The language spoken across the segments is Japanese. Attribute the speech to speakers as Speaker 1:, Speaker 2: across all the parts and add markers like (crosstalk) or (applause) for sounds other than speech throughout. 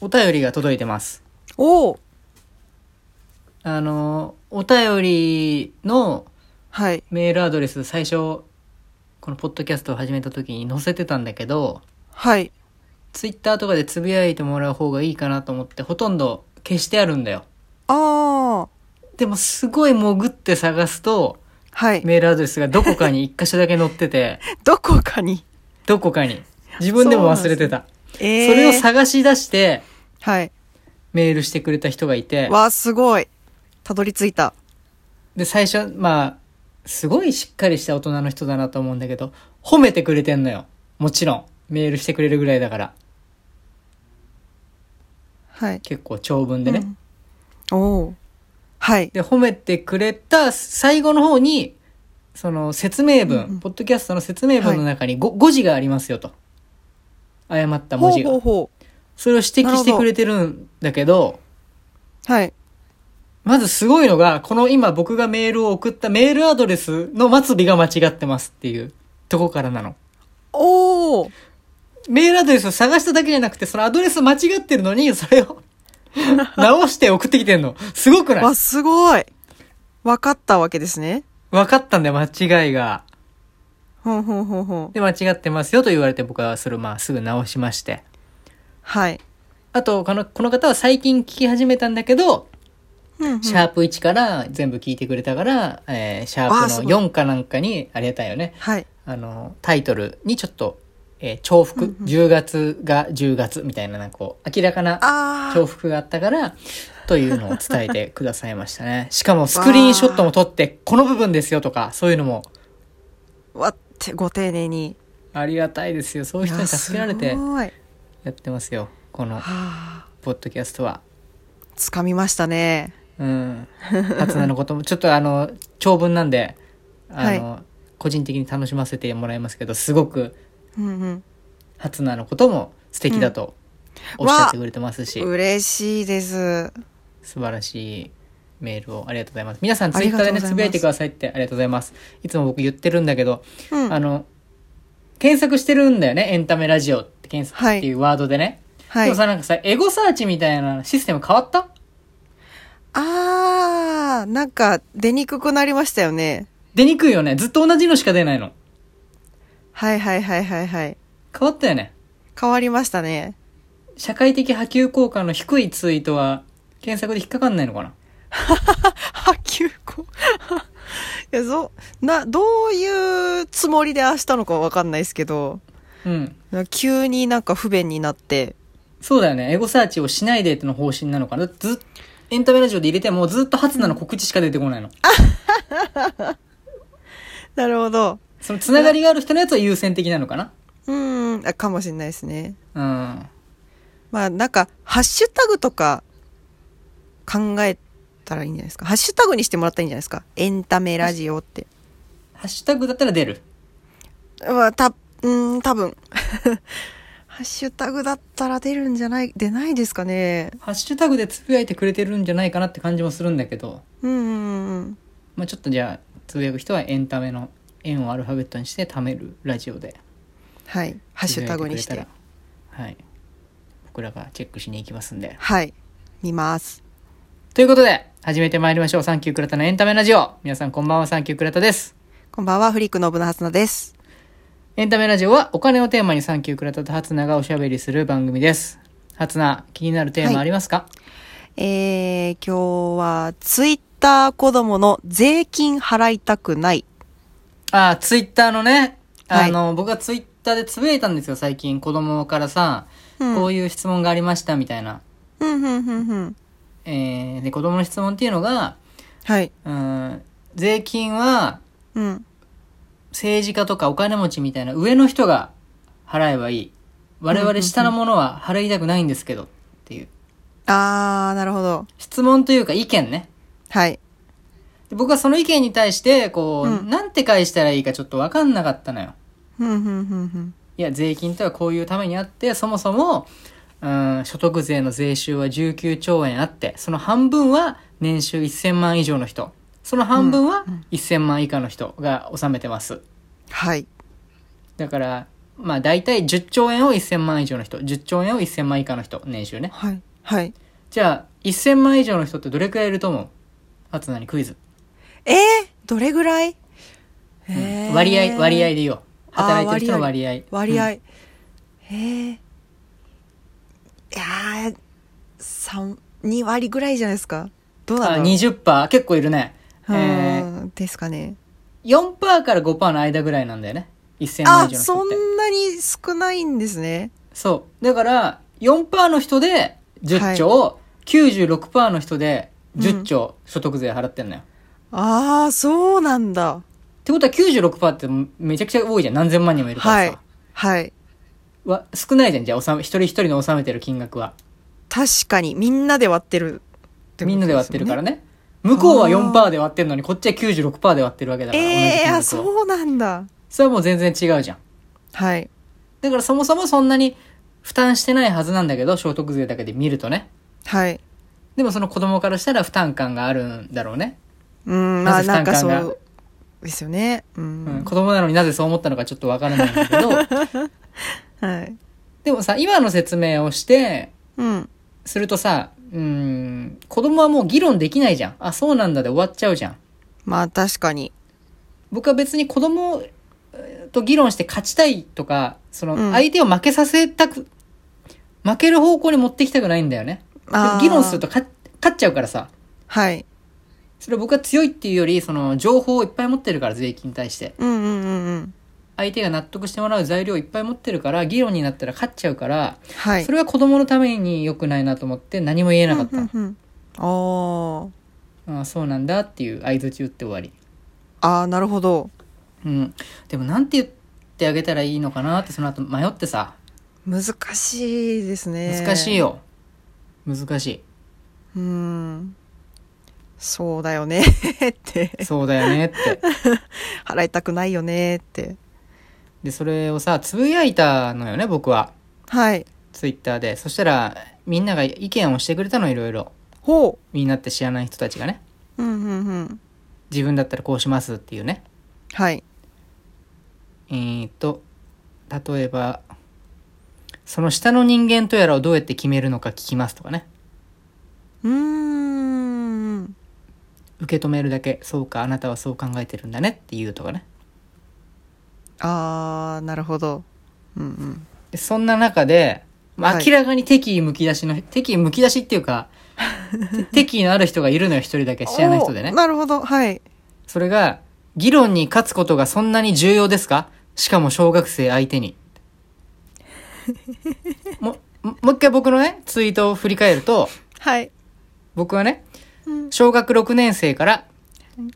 Speaker 1: お便りが届いてます。
Speaker 2: おお
Speaker 1: あの、お便りの
Speaker 2: はい。
Speaker 1: メールアドレス、最初、このポッドキャストを始めた時に載せてたんだけど、
Speaker 2: はい。
Speaker 1: ツイッターとかでつぶやいてもらう方がいいかなと思って、ほとんど消してあるんだよ。
Speaker 2: ああ。
Speaker 1: でも、すごい潜って探すと、
Speaker 2: はい。
Speaker 1: メールアドレスがどこかに一箇所だけ載ってて、
Speaker 2: どこかに。
Speaker 1: どこかに。自分でも忘れてた。そ
Speaker 2: ええ
Speaker 1: れを探し出して、
Speaker 2: はい。
Speaker 1: メールしてくれた人がいて、
Speaker 2: わあ、すごい。たどり着いた。
Speaker 1: で、最初、まあ、すごいしっかりした大人の人だなと思うんだけど、褒めてくれてんのよ。もちろん。メールしてくれるぐらいだから。
Speaker 2: はい。
Speaker 1: 結構長文でね。
Speaker 2: うんおお。はい。
Speaker 1: で、褒めてくれた最後の方に、その説明文、
Speaker 2: うんうん
Speaker 1: ポッドキャストの説明文の中に 5, 字がありますよと。誤った文
Speaker 2: ほ
Speaker 1: 字
Speaker 2: う
Speaker 1: が。
Speaker 2: ほうほ
Speaker 1: それを指摘してくれてるんだけど、
Speaker 2: う。はい。
Speaker 1: まずすごいのが、この今僕がメールを送ったメールアドレスの末尾が間違ってますっていうとこからなの。
Speaker 2: おお。
Speaker 1: メールアドレスを探しただけじゃなくて、そのアドレス間違ってるのに、それ
Speaker 2: (laughs)
Speaker 1: を直して送ってきてんの。すごくな
Speaker 2: わ、
Speaker 1: い
Speaker 2: すごい。わかったわけですね。
Speaker 1: 分かったんだよ、間違いが。
Speaker 2: ほんほんほんほん。
Speaker 1: で、間違ってますよと言われて、僕はそれをまあすぐ直しまして。
Speaker 2: はい。
Speaker 1: あと、この、この方は最近聞き始めたんだけど、
Speaker 2: うんうん
Speaker 1: シャープ1から全部聞いてくれたから、えーシャー
Speaker 2: あーす
Speaker 1: プ
Speaker 2: ごい
Speaker 1: の4かなんかに、ありがたいよね。
Speaker 2: はい。
Speaker 1: あの、タイトルにちょっと、えー重複、
Speaker 2: うんうん
Speaker 1: 10月が10月みたいな、なんかこう、明らかな
Speaker 2: あ
Speaker 1: 重複があったから、というのを伝えてくださいましたね。
Speaker 2: (laughs)
Speaker 1: しかもスクリーンショットも撮って、この部分ですよとか、そういうのも
Speaker 2: あ。わって、ご丁寧に。
Speaker 1: ありがたいですよ。そういう人に助けられ
Speaker 2: いや
Speaker 1: て
Speaker 2: すごい。は
Speaker 1: やってますよ。この
Speaker 2: あ。
Speaker 1: ポッドキャストは。
Speaker 2: つかみましたね。
Speaker 1: うん。初菜のことも、ちょっとあの、長文なんで、あの、個人的に楽しませてもらいますけど、すごく
Speaker 2: うんうん。
Speaker 1: 初菜のことも素敵だと
Speaker 2: う
Speaker 1: お
Speaker 2: ん
Speaker 1: っしゃってくれてますし、
Speaker 2: 嬉しいです。
Speaker 1: 素晴らしいメールをありがとうございます。皆さんツイッター
Speaker 2: あり
Speaker 1: で
Speaker 2: がとう
Speaker 1: ね、つ
Speaker 2: ございます
Speaker 1: ぶやいてくださいってありがとうございます。いつも僕言ってるんだけど、
Speaker 2: うん。
Speaker 1: あの、検索してるんだよね。エンタメラジオって検
Speaker 2: は
Speaker 1: 索
Speaker 2: い
Speaker 1: っていうワードでね。
Speaker 2: はい
Speaker 1: でも。さ、なんかさ、エゴサーチみたいなシステム変わった
Speaker 2: あー、なんか出にくくなりましたよね。
Speaker 1: 出にくいよね。ずっと同じのしか出ないの。
Speaker 2: はいはいはいはいはい。
Speaker 1: 変わったよね。
Speaker 2: 変わりました (laughs) ね。
Speaker 1: 社会的波及効果の低いツイートは、検索で引っかかんないのかな
Speaker 2: 波及効 (laughs) いや、そう、な、どういうつもりで明日のかわかんないですけど、
Speaker 1: うん。
Speaker 2: 急になんか不便になって、
Speaker 1: そうだよね。エゴサーチをしないでっての方針なのかなだってずっエンタメラジオで入れてもずっと初菜の告知しか出てこないの。
Speaker 2: なるほど。
Speaker 1: そのつながりがある人のやつは優先的なのかな
Speaker 2: うーん、あかもしれないですね。
Speaker 1: うん。
Speaker 2: まあなんか、ハッシュタグとか考えたらいいんじゃないですか。ハッシュタグにしてもらったらいいんじゃないですか。エンタメラジオって。
Speaker 1: ハッシュタグだったら出る。
Speaker 2: まあ、た、うーん、多分。 (laughs) ハッシュタグだったら出るんじゃない、出ないですかね。
Speaker 1: ハッシュタグでつぶやいてくれてるんじゃないかなって感じもするんだけど、
Speaker 2: うんうんうん。
Speaker 1: まあ、ちょっとじゃあ、つぶやく人はエンタメの円をアルファベットにして貯めるラジオで。
Speaker 2: はい。ハッシュタグにして。
Speaker 1: はい。僕らがチェックしに行きますんで。
Speaker 2: はい。見ます。
Speaker 1: ということで、始めてまいりましょう。サンキュークラタのエンタメラジオ。皆さんこんばんは、サンキュークラタです。
Speaker 2: こんばんは、フリックのぶなはつなです。
Speaker 1: エンタメラジオはお金をテーマにサンキュークラタとハツナがおしゃべりする番組です。ハツナ、気になるテーマありますか、
Speaker 2: えー、今日は、ツイッター子供の税金払いたくない。
Speaker 1: ああ、ツイッターのね、あ
Speaker 2: はい
Speaker 1: の、僕はツイッターでつぶやいたんですよ、最近。子供からさ、
Speaker 2: うん
Speaker 1: こういう質問がありました、みたいな。
Speaker 2: うん、うん、うん、うん。
Speaker 1: えー、で、子供の質問っていうのが、
Speaker 2: はい。
Speaker 1: うん、税金は
Speaker 2: うん。
Speaker 1: 政治家とかお金持ちみたいな上の人が払えばいい。我々下のものは払いたくないんですけど、っていう。
Speaker 2: あー、なるほど。
Speaker 1: 質問というか意見ね。
Speaker 2: はい。
Speaker 1: で僕はその意見に対して、こう、
Speaker 2: うん
Speaker 1: なんて返したらいいかちょっとわかんなかったのよ。
Speaker 2: うん、うん、うん、
Speaker 1: いや、税金とはこういうためにあって、そもそも、うん、所得税の税収は19兆円あって、その半分は年収1000万以上の人、その半分は1000万以下の人が納めてます。
Speaker 2: はい。
Speaker 1: だから、まあ大体10兆円を1000万以上の人、10兆円を1000万以下の人、年収ね。
Speaker 2: はい。はい。
Speaker 1: じゃあ、1000万以上の人ってどれくらいいると思うあつなにクイズ。
Speaker 2: えー、どれぐらい、えー
Speaker 1: 割合、割合で言おう。働いてる人の割合。
Speaker 2: 割合。
Speaker 1: うん
Speaker 2: えー、いやー、三2割ぐらいじゃないですか。どうなんだ
Speaker 1: あ、
Speaker 2: ろう
Speaker 1: 20%、結構いるね。えー、
Speaker 2: うんですかね。
Speaker 1: 4%から5%の間ぐらいなんだよね。1000万
Speaker 2: あ
Speaker 1: 以、上の人
Speaker 2: そ
Speaker 1: って。
Speaker 2: んなに少ないんですね。
Speaker 1: そう。だから、4%の人で10兆、96%の人で10兆所得税払ってんのよ。
Speaker 2: ああ、そうなんだ。
Speaker 1: ってことは96%ってめちゃくちゃ多いじゃん。何千万人もいるからさ。
Speaker 2: はい。はい。
Speaker 1: わ少ないじゃん。じゃあ、納め一人一人の納めてる金額は。
Speaker 2: 確かに、みんなで割ってるってことすよね、
Speaker 1: みんなで割ってるからね。向こうは4%で割ってるのに、こっちは96%で割ってるわけだから。
Speaker 2: ええー、
Speaker 1: 同
Speaker 2: あ、
Speaker 1: じ金額を
Speaker 2: そうなんだ。
Speaker 1: それはもう全然違うじゃん。
Speaker 2: はい。
Speaker 1: だからそもそもそんなに負担してないはずなんだけど、所得税だけで見るとね。
Speaker 2: はい。
Speaker 1: でもその子供からしたら負担感があるんだろうね。
Speaker 2: うん、ま
Speaker 1: まず
Speaker 2: あ、な
Speaker 1: 負担
Speaker 2: んかそ
Speaker 1: 感が
Speaker 2: う、ですよね。うん。
Speaker 1: うん、子供なのになぜそう思ったのかちょっとわからないんだけ
Speaker 2: (laughs)
Speaker 1: ど、
Speaker 2: はい。
Speaker 1: でもさ、今の説明をして、
Speaker 2: うん。
Speaker 1: するとさ、うん、子供はもう議論できないじゃん。あ、そうなんだで終わっちゃうじゃん。
Speaker 2: まあ、確かに。
Speaker 1: 僕は別に子供えーと議論して勝ちたいとか、そ
Speaker 2: うん
Speaker 1: の相手を負けさせたく、負ける方向に持ってきたくないんだよね。でも
Speaker 2: あー
Speaker 1: 議論すると勝っ勝っちゃうからさ。
Speaker 2: はい。
Speaker 1: それは僕は強いっていうより、その情報をいっぱい持ってるから、税金に対して。
Speaker 2: うんうんうんうん。
Speaker 1: 相手が納得してもらう材料をいっぱい持ってるから、議論になったら勝っちゃうから、
Speaker 2: はい。
Speaker 1: それは子供のために良くないなと思って何も言えなかった。
Speaker 2: うんうんうんあ
Speaker 1: ああ、そうなんだっていう相槌打って終わり。
Speaker 2: あ。ああ、なるほど。
Speaker 1: うん。でもなんて言ってあげたらいいのかなってその後迷ってさ、
Speaker 2: 難しいですね。
Speaker 1: 難しい。よ。難し
Speaker 2: うん。そうだよね (laughs) って。
Speaker 1: い。そうだよねって。
Speaker 2: 払いたくないよねって。
Speaker 1: で、それをさ、つぶやいたのよね、僕は。
Speaker 2: はい。
Speaker 1: ツイッターで。そしたら、みんなが意見をしてくれたの、いろいろ。
Speaker 2: ほ
Speaker 1: みんなって知らない人たちがね。
Speaker 2: う。うんうんうん。
Speaker 1: 自分だったらこうしますっていうね。
Speaker 2: はい。
Speaker 1: えー、っと、例えば、その下の人間とやらをどうやって決めるのか聞きますとかね。
Speaker 2: うーん。
Speaker 1: 受け止めるだけ、そうか、あなたはそう考えてるんだねっていうとかね。
Speaker 2: ああ、なるほど。うんうん。
Speaker 1: でそんな中で、まあ
Speaker 2: はい
Speaker 1: 明らかに敵意むき出しの、敵意むき出しっていう
Speaker 2: (laughs)
Speaker 1: か、て敵意のある人がいるのよ、一人だけ知らない人でね
Speaker 2: おー。なるほど。はい。
Speaker 1: それが、議論に勝つことがそんなに重要ですかしかも小学生相
Speaker 2: (laughs)
Speaker 1: 手に。も、ももう一回僕のね、ツイートを振り返ると、
Speaker 2: はい。
Speaker 1: 僕はね、
Speaker 2: うん。
Speaker 1: 小学6年生から、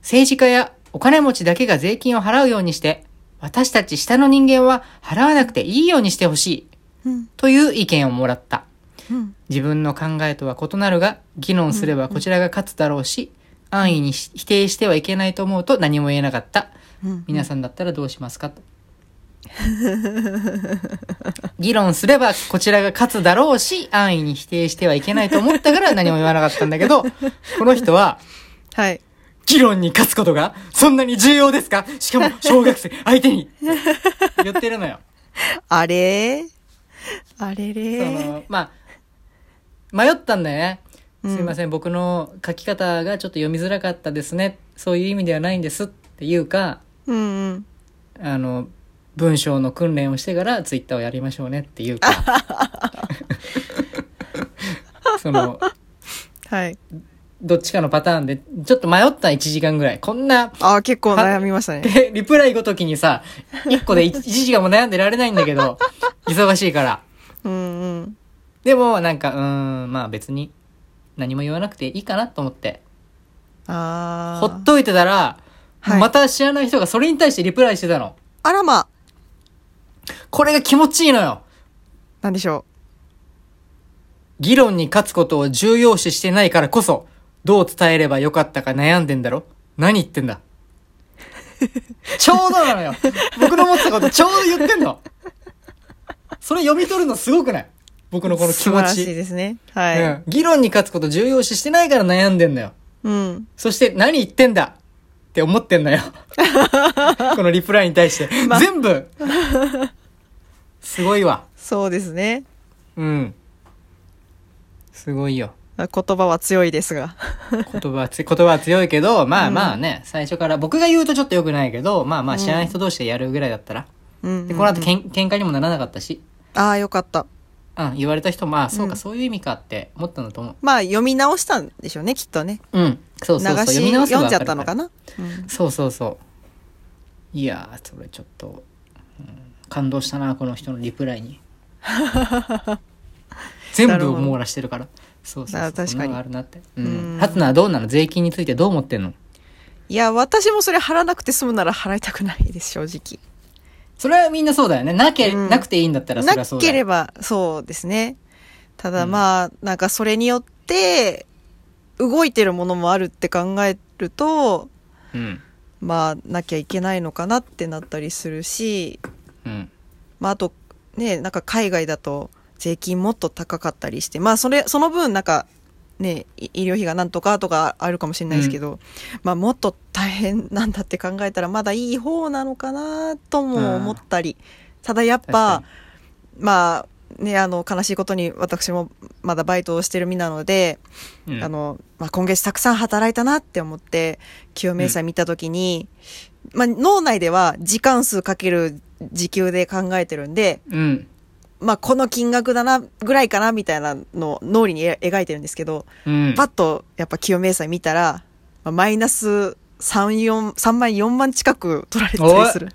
Speaker 1: 政治家やお金持ちだけが税金を払うようにして、私たち下の人間は払わなくていいようにしてほしい、
Speaker 2: うん。
Speaker 1: という意見をもらった。
Speaker 2: うん。
Speaker 1: 自分の考えとは異なるが、議論すればこちらが勝つだろうし、安易にし否定してはいけないと思うと何も言えなかった。
Speaker 2: うん。
Speaker 1: 皆さんだったらどうしますかと。議論すればこちらが勝つだろうし、安易に否定してはいけないと思ったから何も言わなかったんだけど、この人は、
Speaker 2: はい。
Speaker 1: 議論に勝つことがそんなに重要ですかしかも小
Speaker 2: (laughs)
Speaker 1: 学生相手に言ってるのよ。
Speaker 2: あれーあれ
Speaker 1: そ
Speaker 2: れー
Speaker 1: の、まあ、迷ったんだよね。す
Speaker 2: うん
Speaker 1: いません、僕の書き方がちょっと読みづらかったですね。そういう意味ではないんですっていうか、
Speaker 2: うんうん。
Speaker 1: あの、文章の訓練をしてからツイッターをやりましょうねっていう
Speaker 2: (laughs)
Speaker 1: か。その、
Speaker 2: はい。
Speaker 1: どっちかのパターンで、ちょっと迷った1時間ぐらい。こんな、
Speaker 2: ああ、結構悩みましたね。
Speaker 1: で、リプライごときにさ、1個で1時間も悩んでられないんだけど、忙しいから。
Speaker 2: うんうん。
Speaker 1: でも、なんか、うーん、まあ別に、何も言わなくていいかなと思って、
Speaker 2: ああ。
Speaker 1: ほっといてたら、
Speaker 2: はい
Speaker 1: また知らない人がそれに対してリプライしてたの。
Speaker 2: あらま、
Speaker 1: これが気持ちいいのよ。
Speaker 2: なんでしょ
Speaker 1: 議論に勝つことを重要視してないからこそ、どう伝えればよかったか悩んでんだろ何言って
Speaker 2: (laughs)
Speaker 1: んだちょうどなのよ僕の思ってたことちょうど言ってんのそれ読み取るのすごくない僕の
Speaker 2: う。
Speaker 1: この気
Speaker 2: 素
Speaker 1: 持
Speaker 2: 晴らしい
Speaker 1: ち。
Speaker 2: ですね。
Speaker 1: う
Speaker 2: は
Speaker 1: ん議論に勝つこと重要視してないから悩んでんのよ。
Speaker 2: い。うん。
Speaker 1: そして何言ってんだって
Speaker 2: (laughs)
Speaker 1: 思ってんのよ。このリプライに対して。
Speaker 2: まあ
Speaker 1: 全部すごいわ。
Speaker 2: そうですね。
Speaker 1: うん。すごいよ。
Speaker 2: 言葉は強いですが。
Speaker 1: 言葉はつ、 (laughs) 言葉は強いけど、まあまあね、最初から、僕が言うとちょっと良くないけど、まあまあ知らない人同士でやるぐらいだったら。
Speaker 2: うんうんうん、
Speaker 1: で、この後けん喧嘩にもならなかったし、
Speaker 2: ああ、よかった。
Speaker 1: うん、言われた人も、まあそうか、
Speaker 2: うん
Speaker 1: そういう意味かって思ったんだと思う。
Speaker 2: まあ、読み直したんでしょうね、きっとね。
Speaker 1: うん。そうそうそう。
Speaker 2: 流し
Speaker 1: み直せば
Speaker 2: 読ん
Speaker 1: わ
Speaker 2: じ
Speaker 1: か
Speaker 2: ゃっ
Speaker 1: る
Speaker 2: たのかな。うん
Speaker 1: そうそうそう。いやー、それちょっと、うん感動したな、この人のリプライ
Speaker 2: (laughs)
Speaker 1: に。全
Speaker 2: なる
Speaker 1: 部
Speaker 2: ほ
Speaker 1: を
Speaker 2: ど
Speaker 1: 網羅してるから。そうそうそう
Speaker 2: あ確かに
Speaker 1: そんなのがあるなって。う。
Speaker 2: うんん
Speaker 1: ハツナはどうなの税金についてどう思ってんの
Speaker 2: いや、私もそれ払わなくて済むなら払いたくないです、正直。
Speaker 1: それはみんなそうだよね。なけ、
Speaker 2: うん
Speaker 1: なくていいんだったらそれは
Speaker 2: な
Speaker 1: そうだ
Speaker 2: けれ
Speaker 1: よ。
Speaker 2: ば、そうですね。ただ
Speaker 1: うん
Speaker 2: まあ、なんかそれによって、動いてるものもあるって考えると、
Speaker 1: うん。
Speaker 2: まあ、なきゃいけないのかなってなったりするし、
Speaker 1: うん。
Speaker 2: まあ、あと、ね、なんか海外だと税金もっと高かったりして、まあ、それ、その分、なんか、ね、い医療費がなんとかとかあるかもしれないですけど、まあ、もっと大変なんだって考えたら、まだいい方なのかなとも思ったり、ただやっぱ
Speaker 1: 確、
Speaker 2: まあ、ね、あの、悲しいことに私もまだバイトをしてる身なので、
Speaker 1: うん
Speaker 2: あの、まあ、今月たくさん働いたなって思って、給明細見たときに、まあ、脳内では時間数かける時給で考えてるんで、
Speaker 1: うん。
Speaker 2: まあ、この金額だな、ぐらいかな、みたいなのを脳裏にえ描いてるんですけど、
Speaker 1: うん。
Speaker 2: パッと、やっぱ給明細見たら、まあマイナス3、4、3万、4万近く取られてたりする。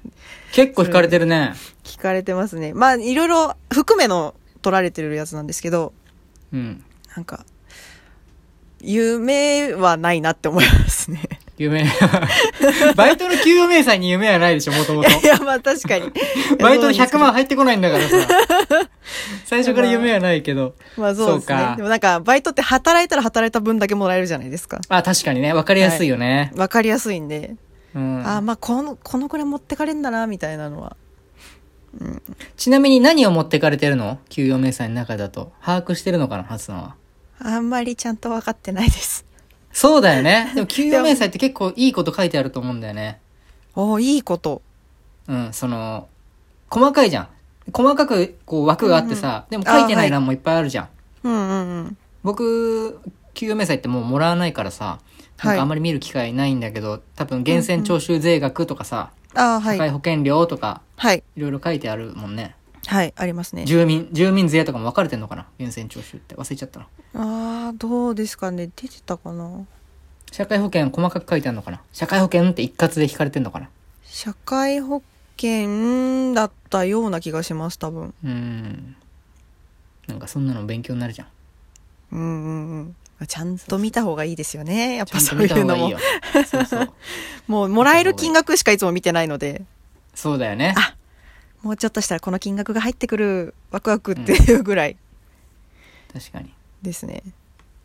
Speaker 1: 結構引かれてるね。
Speaker 2: 聞かれてますね。まあ、いろいろ含めの取られてるやつなんですけど、
Speaker 1: うん。
Speaker 2: なんか、夢はないなって思いますね。
Speaker 1: 夢。 (laughs) バイトの給与明細に夢はないでしょ、もと
Speaker 2: (laughs)
Speaker 1: もと。
Speaker 2: いや、まあ確かに。
Speaker 1: (laughs) バイトの
Speaker 2: そうです
Speaker 1: 100万入ってこないんだからさ。最初から夢はないけど。
Speaker 2: まあそうです
Speaker 1: そう
Speaker 2: ね
Speaker 1: か。
Speaker 2: でもなんか、バイトって働いたら働いた分だけもらえるじゃないですか。
Speaker 1: あ、確かにね。わかりやすいよね。
Speaker 2: わかりやすいんで。
Speaker 1: うん、
Speaker 2: ああ、まあこの、このくらい持ってかれんだな、みたいなのは。
Speaker 1: ちなみに何を持ってかれてるの給与明細の中だと。把握してるのかなハツナは。
Speaker 2: あんまりちゃんと分かってないです。 (laughs)
Speaker 1: そうだよね。でも給与明細って結構いいこと書いてあると思うんだよね。
Speaker 2: おおいいこと。
Speaker 1: うん、その、細かいじゃん。細かくこう枠があってさ、でも書いてない欄もいっぱいあるじゃん。
Speaker 2: うんうんうん。
Speaker 1: 僕、給与明細ってもうもらわないからさ、なんかあんまり見る機会ないんだけど、多分源泉徴収税額とかさ、
Speaker 2: ああ、は
Speaker 1: 社会
Speaker 2: い。
Speaker 1: 保険料とか、
Speaker 2: はい。
Speaker 1: いろいろ書いてあるもんね。
Speaker 2: はい、ありますね。
Speaker 1: 住民、住民税とかも分かれてんのかな源泉徴収って。忘れちゃったな。
Speaker 2: ああ、どうですかね。出てたかな。
Speaker 1: 社会保険細かく書いてあるのかな社会保険って一括で引かれてんのかな
Speaker 2: 社会保険だったような気がします、多分。
Speaker 1: うーん。なんかそんなの勉強になるじゃん。
Speaker 2: うんうんうん。ちゃんと見た方がいいですよね。やっ
Speaker 1: ちゃ
Speaker 2: ぱ
Speaker 1: んと
Speaker 2: そうい
Speaker 1: 見た
Speaker 2: う
Speaker 1: 方
Speaker 2: の
Speaker 1: がいい
Speaker 2: も
Speaker 1: よ。。そうそう。
Speaker 2: もうもらえる金額しかいつも見てないので、
Speaker 1: そうだよね
Speaker 2: (laughs) あ。もうちょっとしたらこの金額が入ってくるワクワクっていうぐらい
Speaker 1: 確かに。
Speaker 2: ですね。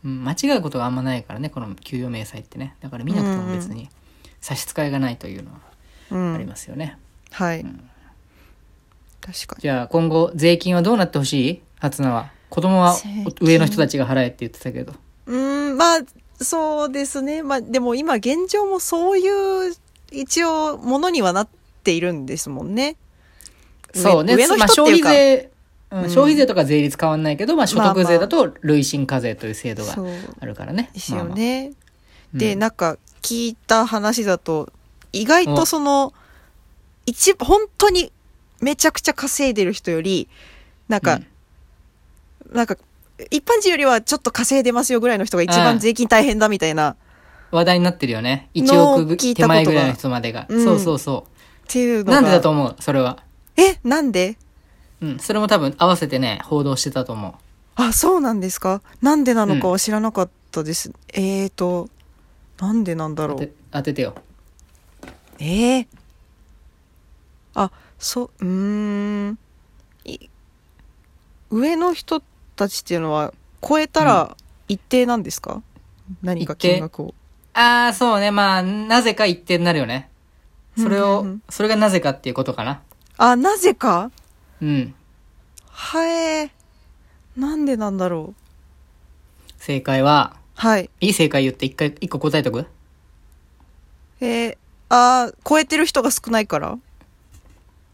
Speaker 1: うん、間違うことがあんまないからね、この給与明細ってね。だから見なくても別に差し支えがないというのは
Speaker 2: う
Speaker 1: あり
Speaker 2: ん。
Speaker 1: ますよね。
Speaker 2: はい。
Speaker 1: ん
Speaker 2: 確かに。
Speaker 1: じゃあ今後、税金はどうなってほしい初菜は。子供は
Speaker 2: 税金
Speaker 1: 上の人たちが払えって言ってたけど。
Speaker 2: うーん、まあ、そうですね。まあ、でも今現状もそういう、一応、ものにはなっているんですもんね。
Speaker 1: そうね。
Speaker 2: 上上の
Speaker 1: まあ、
Speaker 2: 人っ
Speaker 1: 消
Speaker 2: て
Speaker 1: 費
Speaker 2: いうか、
Speaker 1: 税、うん
Speaker 2: うん
Speaker 1: 消費税とか税率変わんないけど、まあ、所
Speaker 2: まあま
Speaker 1: 得
Speaker 2: あ
Speaker 1: 税だと累進課税という制度が
Speaker 2: そう
Speaker 1: あるからね。
Speaker 2: ですよ
Speaker 1: まあまあ
Speaker 2: ね。
Speaker 1: うん
Speaker 2: で、なんか、聞いた話だと、意外とその、一、本当に、めちゃくちゃ稼いでる人より、なんか、なんか、一般人よりはちょっと稼いでますよぐらいの人が
Speaker 1: う
Speaker 2: 一
Speaker 1: ん
Speaker 2: 番税金大変だみたいな、
Speaker 1: 話題になってるよね。1
Speaker 2: のを
Speaker 1: 億ぐ
Speaker 2: 聞い
Speaker 1: 手
Speaker 2: たことが
Speaker 1: 前ぐらいの人までが。
Speaker 2: うん
Speaker 1: そうそうそ
Speaker 2: っていう
Speaker 1: う。
Speaker 2: のが。
Speaker 1: なんでだと思うそれは。
Speaker 2: え、なんで
Speaker 1: うん。それも多分合わせてね、報道してたと思う。
Speaker 2: あ、そうなんですかなんでなのかは知らなかったです。えーと、なんでなんだろ
Speaker 1: 当て
Speaker 2: う。
Speaker 1: 当ててよ。
Speaker 2: えー、あ、そう、うーん。い上の人たちっていうのは、超えたら一定なんですか、何か金額を。
Speaker 1: あー、そうね。まあ、なぜか一定になるよね。それ
Speaker 2: うんうんう
Speaker 1: を
Speaker 2: ん、
Speaker 1: それがなぜかっていうことかな。
Speaker 2: あ、なぜか
Speaker 1: うん。
Speaker 2: はえー。なんでなんだろう。
Speaker 1: 正解は、
Speaker 2: はい。
Speaker 1: いい正解言って一回、一個答えとく
Speaker 2: えー、あー超えてる人が少ないから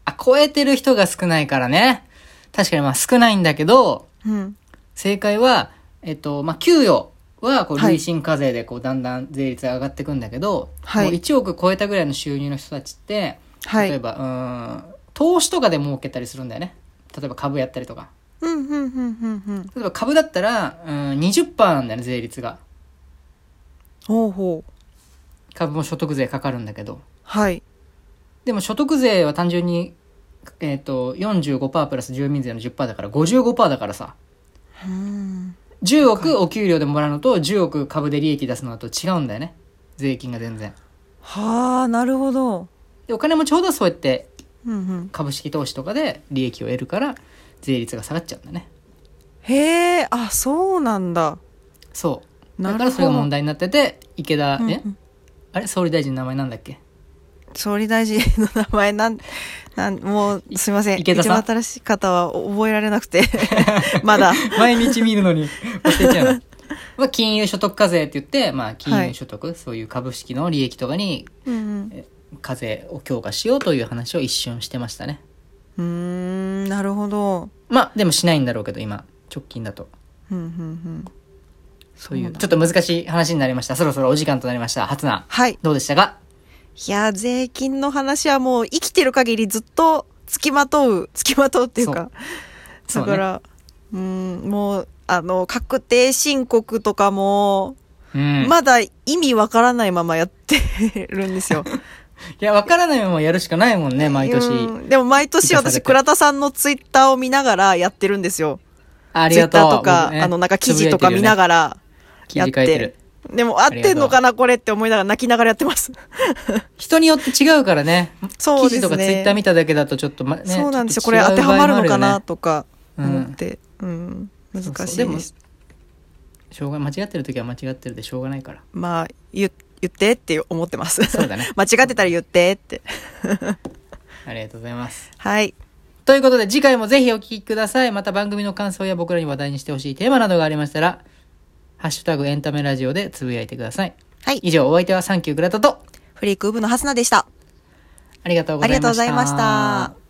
Speaker 1: あ、超えてる人が少ないからね。確かにまあ少ないんだけど、
Speaker 2: うん。
Speaker 1: 正解は、えっと、まあ、給与は、こう、
Speaker 2: はい
Speaker 1: 累進課税で、こう、だんだん税率が上がっていくんだけど、
Speaker 2: はい
Speaker 1: もう1億超えたぐらいの収入の人たちって、
Speaker 2: は
Speaker 1: 例え
Speaker 2: い。
Speaker 1: ば、うーん、投資とかで儲けたりするんだよね。例えば株やったりとか。
Speaker 2: うん、うん、うん、うん、うん。
Speaker 1: 例えば株だったら、うーん、20%なんだよね、税率が。
Speaker 2: ほうほう。
Speaker 1: 株も所得税かかるんだけど。
Speaker 2: はい。
Speaker 1: でも所得税は単純に、えっ、と、45%プラス住民税の10%だから、55%だからさ。
Speaker 2: うん。
Speaker 1: 10億お給料でもらうのと、10億株で利益出すのと違うんだよね。税金が全然。
Speaker 2: はあ、なるほど。
Speaker 1: でお金持ちほどそうやって
Speaker 2: うん、うん。
Speaker 1: 株式投資とかで利益を得るから税率が下がっちゃうんだね
Speaker 2: へえ、あ、そうなんだ。
Speaker 1: そう
Speaker 2: な
Speaker 1: だから
Speaker 2: るほど
Speaker 1: それが問題になってて池田、
Speaker 2: うんう
Speaker 1: え
Speaker 2: ん
Speaker 1: あれ総理大臣の名前なんだっけ
Speaker 2: 総理大臣の名前なん、 (laughs) なん、もう、すいません。
Speaker 1: 池田さん
Speaker 2: 一番新しい方は覚えられな
Speaker 1: (laughs)
Speaker 2: くて、まだ。
Speaker 1: 毎日見る
Speaker 2: (laughs)
Speaker 1: のに忘れちゃうのまあ金融所得課税って言って、まあ、金融所得、そういう株式の利益とかに
Speaker 2: うん、
Speaker 1: 課税を強化しようという話を一瞬してましたね
Speaker 2: うん。うーん、なるほど。
Speaker 1: まあでもしないんだろうけど今直近だと
Speaker 2: うん、うん、うん。
Speaker 1: そうい
Speaker 2: そううだ
Speaker 1: ちょっと難しい話になりましたそろそろお時間となりました初菜
Speaker 2: はい。
Speaker 1: どうでしたか
Speaker 2: いや、税金の話はもう生きてる限りずっと付きまとう、 (laughs) 付きまとうっていうか。
Speaker 1: そう
Speaker 2: だから、う,、ん、もう、あの、確定申告とかも、
Speaker 1: うん、
Speaker 2: まだ意味わからないままやってるんですよ。
Speaker 1: いやわからないままやるしかないもんね毎年、
Speaker 2: うんでも毎年
Speaker 1: 生かされ
Speaker 2: 私、
Speaker 1: て
Speaker 2: 倉田さんのツイッターを見ながらやってるんですよ。
Speaker 1: あり
Speaker 2: ツイ
Speaker 1: が
Speaker 2: ッ
Speaker 1: と
Speaker 2: タ
Speaker 1: う。
Speaker 2: ーとか、
Speaker 1: 僕ね
Speaker 2: あの、なんか記事とか見ながら
Speaker 1: つ
Speaker 2: や
Speaker 1: ぶや
Speaker 2: っ
Speaker 1: いてるよね記事書いてる
Speaker 2: て。。でも合ってんのかなこれって思いながら泣きながらやっ
Speaker 1: (laughs)
Speaker 2: てます。
Speaker 1: 人によって違うからね。
Speaker 2: そうで
Speaker 1: 記事
Speaker 2: すね
Speaker 1: とかツイッター見ただけだとちょっと、まね、
Speaker 2: そうなんですよ。
Speaker 1: ちょ
Speaker 2: こ
Speaker 1: っと違う
Speaker 2: れ当てはまるのか
Speaker 1: 場合もあ
Speaker 2: な
Speaker 1: よね
Speaker 2: とか
Speaker 1: うん
Speaker 2: 思って、うん、難し
Speaker 1: そ
Speaker 2: い
Speaker 1: うそう
Speaker 2: で。
Speaker 1: ですもしょうが間違ってる時は間違ってるでしょうがないから。
Speaker 2: まあ、言言ってって思ってます。
Speaker 1: そうだね
Speaker 2: (laughs) 間違ってたら言ってって。
Speaker 1: ありがとうございます。
Speaker 2: はい。
Speaker 1: ということで次回もぜひお聞きください。また番組の感想や僕らに話題にしてほしいテーマなどがありましたら、ハッシュタグエンタメラジオでつぶやいてください。
Speaker 2: はい。
Speaker 1: 以上、お相手はサンキューグラタと、
Speaker 2: フリークウブのハスナでした。
Speaker 1: ありがとうご
Speaker 2: あ
Speaker 1: ざ
Speaker 2: り
Speaker 1: いました。
Speaker 2: がとうございました。